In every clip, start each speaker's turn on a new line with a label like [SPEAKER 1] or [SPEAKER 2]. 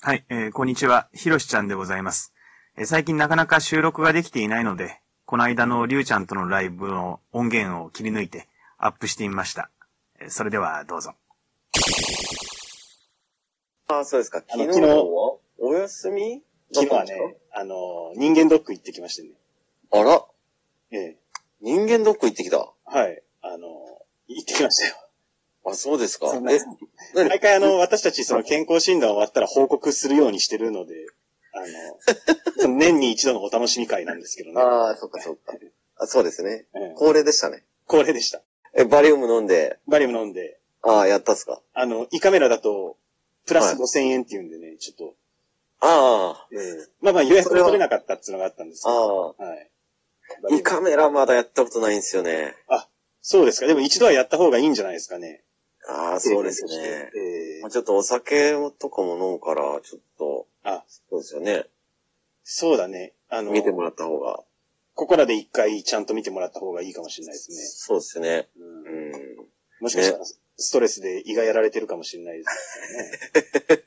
[SPEAKER 1] はい、えーこんにちは。ひろしちゃんでございます。えー最近なかなか収録ができていないので、この間のりゅうちゃんとのライブの音源を切り抜いてアップしてみました。えーそれではどうぞ。
[SPEAKER 2] ああ、そうですか。
[SPEAKER 3] あ
[SPEAKER 2] 昨
[SPEAKER 3] の
[SPEAKER 2] 日
[SPEAKER 3] 昨日
[SPEAKER 2] お休み
[SPEAKER 3] 昨日はね、あの、人間ドック行ってきましてね。
[SPEAKER 2] あら、
[SPEAKER 3] ええ。
[SPEAKER 2] 人間ドック行ってきた。
[SPEAKER 3] はい。あの、行ってきましたよ。
[SPEAKER 2] あ、そうですか。
[SPEAKER 3] そんな
[SPEAKER 2] え、何
[SPEAKER 3] 毎回あの、私たちその健康診断終わったら報告するようにしてるので、あ の、その年に一度のお楽しみ会なんですけどね。
[SPEAKER 2] ああ、そっかそっか。あそうですね。
[SPEAKER 3] うん
[SPEAKER 2] 恒例でしたね。
[SPEAKER 3] 恒例でした。
[SPEAKER 2] え、バリウム飲んで、
[SPEAKER 3] バリウム飲んで、
[SPEAKER 2] ああ、やったっすか。
[SPEAKER 3] あの、胃カメラだと、プラス
[SPEAKER 2] はい
[SPEAKER 3] 5000円っていうんでね、ちょっと、
[SPEAKER 2] あ
[SPEAKER 3] まあまあ予約
[SPEAKER 2] それ
[SPEAKER 3] が
[SPEAKER 2] は
[SPEAKER 3] 取れなかったっていうのがあったんです
[SPEAKER 2] あ、
[SPEAKER 3] けど、
[SPEAKER 2] あ
[SPEAKER 3] はい。
[SPEAKER 2] あ、胃カメラまだやったことないんですよね。
[SPEAKER 3] そうですか。でも一度はやった方がいいんじゃないですかね。
[SPEAKER 2] ああ、そうです
[SPEAKER 3] 経験と。
[SPEAKER 2] ね
[SPEAKER 3] してええ
[SPEAKER 2] まあちょっとお酒とかも飲むから、ちょっと、
[SPEAKER 3] あ、
[SPEAKER 2] そうですよね。
[SPEAKER 3] そうだね。あの、
[SPEAKER 2] 見てもらった方が。
[SPEAKER 3] ここらで一回ちゃんと見てもらった方がいいかもしれないです
[SPEAKER 2] そうですね。
[SPEAKER 3] ね。
[SPEAKER 2] う
[SPEAKER 3] うん
[SPEAKER 2] ん。
[SPEAKER 3] もしかしたらストレスで胃がやられてるかもしれないですよ ね。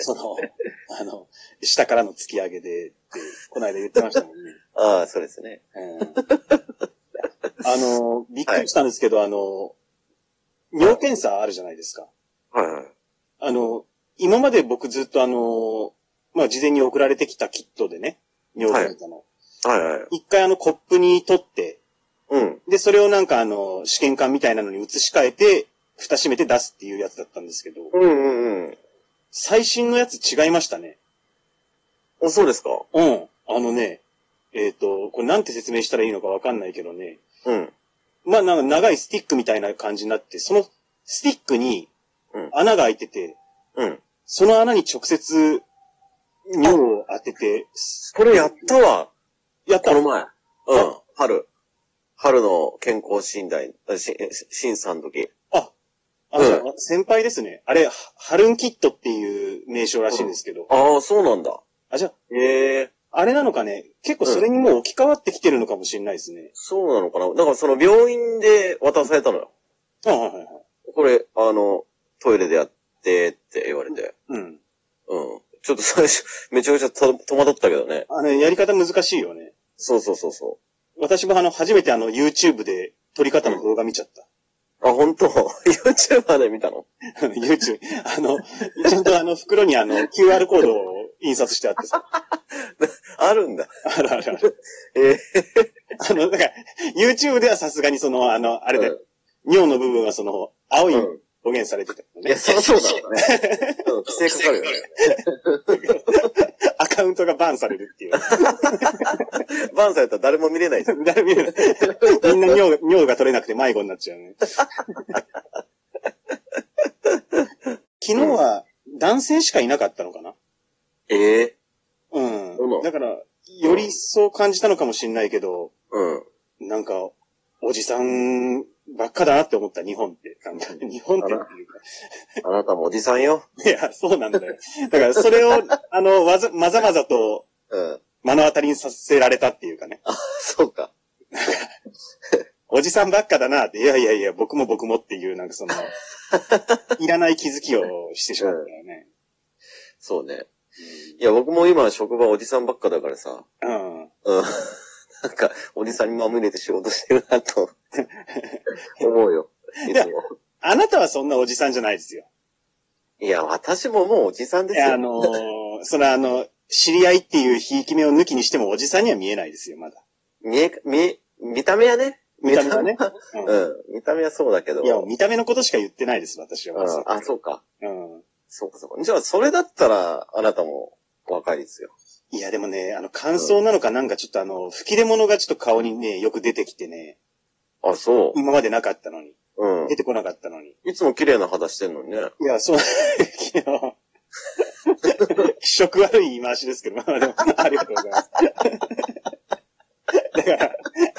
[SPEAKER 3] その、あの、下からの突き上げでって、この間言ってましたもんね。
[SPEAKER 2] ああ、そうですね。
[SPEAKER 3] うん、あの、びっくりしたんですけど、あの、尿検査あるじゃないですか。
[SPEAKER 2] はいはい。
[SPEAKER 3] あの、今まで僕ずっとあの、まあ、事前に送られてきたキットでね、尿検査の。
[SPEAKER 2] はいはい。
[SPEAKER 3] 一回あのコップに取って、
[SPEAKER 2] うん。
[SPEAKER 3] で、それをなんかあの、試験管みたいなのに移し替えて、蓋閉めて出すっていうやつだったんですけど、
[SPEAKER 2] うんうんうん。
[SPEAKER 3] 最新のやつ違いましたね。
[SPEAKER 2] お、そうですか
[SPEAKER 3] うん。あのね、えっ、と、これなんて説明したらいいのかわかんないけどね、
[SPEAKER 2] うん。
[SPEAKER 3] まあなんか長いスティックみたいな感じになって、そのスティックに
[SPEAKER 2] うん
[SPEAKER 3] 穴が開いてて、
[SPEAKER 2] うん。
[SPEAKER 3] その穴に直接尿を当てて、
[SPEAKER 2] これやったわ。
[SPEAKER 3] やった
[SPEAKER 2] この
[SPEAKER 3] の
[SPEAKER 2] 前。うん。春。春の健康診断、し審査の時。
[SPEAKER 3] あ、あ、
[SPEAKER 2] う
[SPEAKER 3] 先輩ですね。あれ、はハルンキットっていう名称らしいんですけど、
[SPEAKER 2] ああ、そうなんだ。
[SPEAKER 3] あ、じゃあ
[SPEAKER 2] ええ
[SPEAKER 3] あれなのかね、結構それにもう置き換わってきてるのかもしれないですね。
[SPEAKER 2] そうなのかな。だからその病院で渡されたのよ。
[SPEAKER 3] はいはいはいはい。
[SPEAKER 2] これ、あの、トイレでやってって言われて。
[SPEAKER 3] うん。
[SPEAKER 2] うん。ちょっと最初、めちゃめちゃと戸惑ったけどね。
[SPEAKER 3] あの、やり方難しいよね。
[SPEAKER 2] そうそうそうそ
[SPEAKER 3] 私もあの、初めてあの、YouTube で撮り方の動画見ちゃった。
[SPEAKER 2] う。あ、本当 ?YouTuber で見たの
[SPEAKER 3] YouTube。あの、ちゃんとあの、袋にあの、QR コードを印刷してあってさ。
[SPEAKER 2] あるんだ。
[SPEAKER 3] あるあるある。
[SPEAKER 2] ええ
[SPEAKER 3] あの、だから、YouTube ではさすがにその、あの、あれだよ。尿の部分はその、青い
[SPEAKER 2] うん
[SPEAKER 3] 表現されてたよ
[SPEAKER 2] いや、
[SPEAKER 3] ね。
[SPEAKER 2] そりゃそうだろう ね。うん、規制かかるよね。
[SPEAKER 3] アカウントがバンされる っていう。
[SPEAKER 2] バンされたら誰も見れないじゃん。
[SPEAKER 3] 誰も見るみんな尿が尿が取れなくて迷子になっちゃ うね。昨日は男性しかいなかったのかな
[SPEAKER 2] ええ
[SPEAKER 3] う。
[SPEAKER 2] うんん
[SPEAKER 3] だから、より一層感じたのかもしれないけど、
[SPEAKER 2] うん。
[SPEAKER 3] なんか、おじさんばっかだなって思った、日本 って。なんか日本ってっていうか。
[SPEAKER 2] あなたもおじさんよ。
[SPEAKER 3] いや、そうなんだよ。だから、それ を、あの、わざ、まざまざと
[SPEAKER 2] うん。
[SPEAKER 3] 目の当たりにさせられたっていうかね。
[SPEAKER 2] そうか。
[SPEAKER 3] おじさんばっかだなって、いやいやいや、僕も僕もっていう、なんかそ の、いらない気づきをしてしまったよね。
[SPEAKER 2] そうね。いや、僕も今、職場おじさんばっかだからさ。
[SPEAKER 3] うん。
[SPEAKER 2] うん。なんか、おじさんにまみれて仕事してるなと、思うよ。いつも。
[SPEAKER 3] あなたはそんなおじさんじゃないですよ。
[SPEAKER 2] いや、私ももうおじさんで
[SPEAKER 3] い
[SPEAKER 2] すよ。
[SPEAKER 3] や、あのーそれはあの、知り合いっていうひいき目を抜きにしてもおじさんには見えないですよ、まだ。
[SPEAKER 2] 見え、見え、見た目はね。
[SPEAKER 3] 見た目はね。
[SPEAKER 2] う
[SPEAKER 3] うん
[SPEAKER 2] ん。見た目はそうだけど。
[SPEAKER 3] いや、見た目のことしか言ってないです、私
[SPEAKER 2] う
[SPEAKER 3] は。
[SPEAKER 2] ん、あ、そうか。
[SPEAKER 3] うん。
[SPEAKER 2] そうか、そうか。じゃあ、それだったら、あなたも若いですよ。
[SPEAKER 3] いや、でもね、あの、感想なのかなんかちょっとあの、吹き出物がちょっと顔にね、よく出てきてね、
[SPEAKER 2] あ、そ
[SPEAKER 3] 今までなかったのに、
[SPEAKER 2] う。うん
[SPEAKER 3] 出。てこなかったのに。
[SPEAKER 2] いつも綺麗な肌してんのにね。
[SPEAKER 3] いや、そう、昨日、 気色悪い言い回しですけど、まあまあでも、ありがとうございます。だから、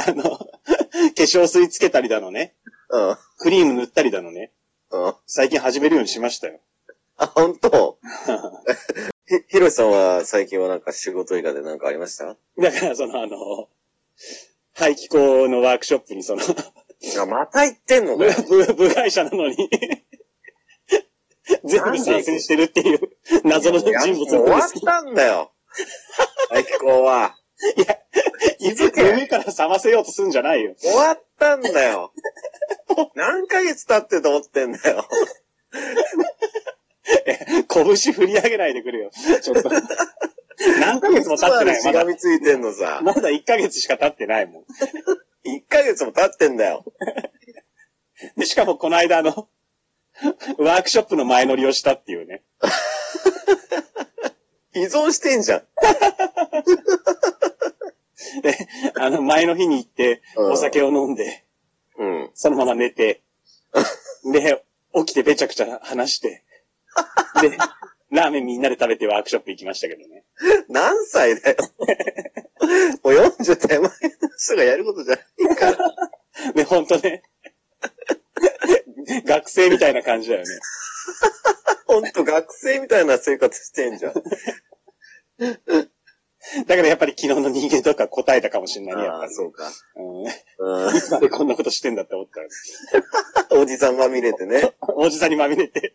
[SPEAKER 3] あの、化粧水つけたりだのね、
[SPEAKER 2] うん。うん。
[SPEAKER 3] クリーム塗ったりだのね、
[SPEAKER 2] あ、
[SPEAKER 3] 最近始めるようにしましたよ。
[SPEAKER 2] 本当 ひ、ひろしさんは最近はなんか仕事以外でなんかありました
[SPEAKER 3] だから、その、あの、排気口のワークショップに、その、
[SPEAKER 2] あ、また行ってんのかよ。
[SPEAKER 3] 部部外者なのに、全部参戦してるっていう謎の人物
[SPEAKER 2] もう終
[SPEAKER 3] なん
[SPEAKER 2] わ
[SPEAKER 3] で
[SPEAKER 2] っ
[SPEAKER 3] すけど
[SPEAKER 2] たんだよ。アキコは。
[SPEAKER 3] いつ夢から覚ませようとすんじゃないよ。
[SPEAKER 2] 終わったんだよ。何ヶ月経ってと思ってんだよ。
[SPEAKER 3] 拳振り上げないでくれよ。ちょっと。何ヶ月も経ってない。
[SPEAKER 2] し
[SPEAKER 3] ま
[SPEAKER 2] が
[SPEAKER 3] だ、
[SPEAKER 2] みついてんのさ。
[SPEAKER 3] まだ1ヶ月しか経ってないもん。
[SPEAKER 2] 1ヶ月も経ってんだよ。
[SPEAKER 3] で、しかもこの間あの、ワークショップの前乗りをしたっていうね。
[SPEAKER 2] 依存してんじゃん。
[SPEAKER 3] で、あの、前の日に行って、
[SPEAKER 2] うん
[SPEAKER 3] お酒を飲んで、
[SPEAKER 2] うん。
[SPEAKER 3] そのまま寝て、で、起きてべちゃくちゃ話して、で、ラーメンみんなで食べてワークショップ行きましたけどね。
[SPEAKER 2] 何歳だよ。もう40手前の人がやることじゃないから。
[SPEAKER 3] ね、ほんとね。学生みたいな感じだよね。
[SPEAKER 2] ほんと学生みたいな生活してんじゃん。
[SPEAKER 3] だからやっぱり昨日の人間とか答えたかもしれないね、やっぱり。
[SPEAKER 2] うか。
[SPEAKER 3] う
[SPEAKER 2] うん
[SPEAKER 3] ん。なんでこんなことしてんだって思ったら。
[SPEAKER 2] おじさんまみれて ね、
[SPEAKER 3] おじさんにまみれて。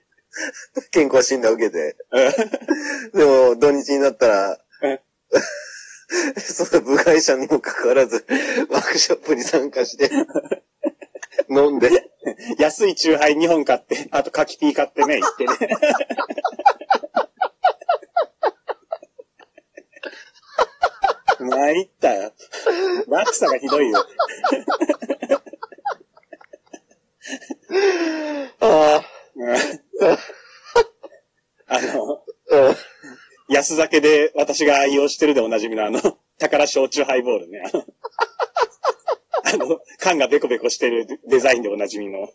[SPEAKER 2] 健康診断受けて。
[SPEAKER 3] うん
[SPEAKER 2] でも、土日になったら
[SPEAKER 3] うん、
[SPEAKER 2] その部外者にもかかわらず、ワークショップに参 加して、飲んで、
[SPEAKER 3] 安い中杯2本買って、あと柿ピー買ってね、行ってね。参ったよ。落差がひどいよ。
[SPEAKER 2] あ
[SPEAKER 3] うんあの、
[SPEAKER 2] あ、うん
[SPEAKER 3] 安酒で私が愛用してるでおなじみのあの、宝焼酎ハイボールね。あの、あの缶がベコベコしてるデザインでおなじみの。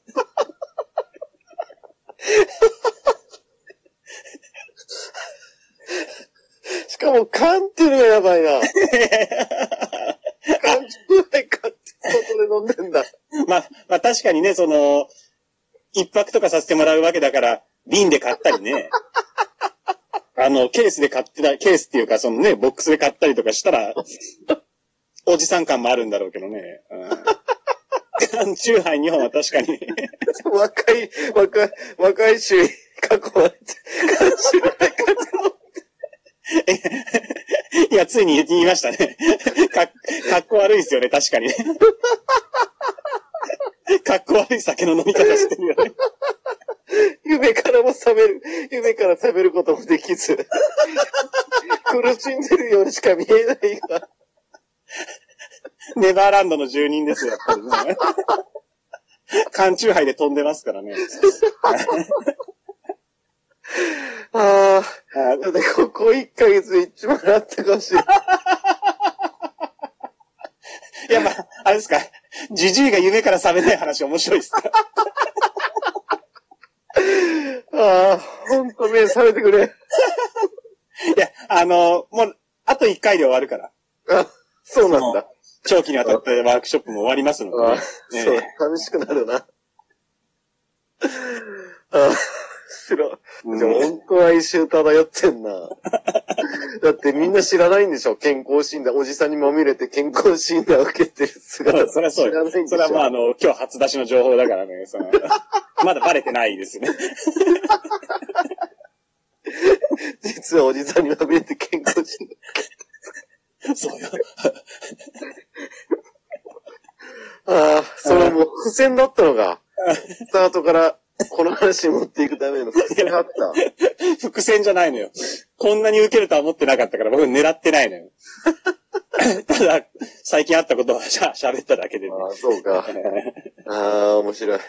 [SPEAKER 2] しかも、缶っていうのがやばい な。缶10杯買って、外で飲んでんだ。
[SPEAKER 3] まあ、まあ確かにね、その、一泊とかさせてもらうわけだから、瓶で買ったりね。あの、ケースで買ってた、ケースっていうか、そのね、ボックスで買ったりとかしたら、おじさん感もあるんだろうけどね。うん。缶チューハイ2本は確かに。
[SPEAKER 2] 若い、若い、若い種類、囲まれて、缶10杯買って
[SPEAKER 3] いや、ついに言いましたね。か、かっこ悪いですよね、確かにね。かっこ悪い酒の飲み方してるよね。
[SPEAKER 2] 夢からも覚める、夢から覚めることもできず、 苦しんでるようにしか見えないが、
[SPEAKER 3] ネバーランドの住人ですよ、やっぱりね。缶中杯で飛んでますからね。
[SPEAKER 2] あ
[SPEAKER 3] あ
[SPEAKER 2] あ、だってここ1ヶ月で一番あったかもしれない。
[SPEAKER 3] いや、まあ、あれですか。ジジイが夢から覚めない話面白いっすか
[SPEAKER 2] ああ、ほんと目覚めてくれ。
[SPEAKER 3] いや、あの、もう、あと1回で終わるから。
[SPEAKER 2] あ、そうなんだ。
[SPEAKER 3] 長期にわたってワークショップも終わりますの
[SPEAKER 2] ああ、
[SPEAKER 3] で、
[SPEAKER 2] そう
[SPEAKER 3] ね。、
[SPEAKER 2] 寂しくなるな。ああ、知らん。でも本当は哀愁漂ってんな。だってみんな知らないんでしょ健康診断、おじさんにまみれて健康診断受けてる 姿。
[SPEAKER 3] それはそう
[SPEAKER 2] 知らないん
[SPEAKER 3] よ。
[SPEAKER 2] でし
[SPEAKER 3] そ
[SPEAKER 2] ょ
[SPEAKER 3] れはまあ、あの、今日初出しの情報だからね、その、まだバレてないですね。
[SPEAKER 2] 実はおじさんにまみれて健康診
[SPEAKER 3] そうよ。
[SPEAKER 2] 断。ああ、それもう付箋だったのか。スタートからこの話に持っていくための付箋があった。
[SPEAKER 3] 伏線じゃないのよ。こんなに受けるとは思ってなかったから、僕狙ってないのよ。 ただ、最近あったことはしゃ、喋っただけでね。
[SPEAKER 2] ああ、そうか。ああ、面白い。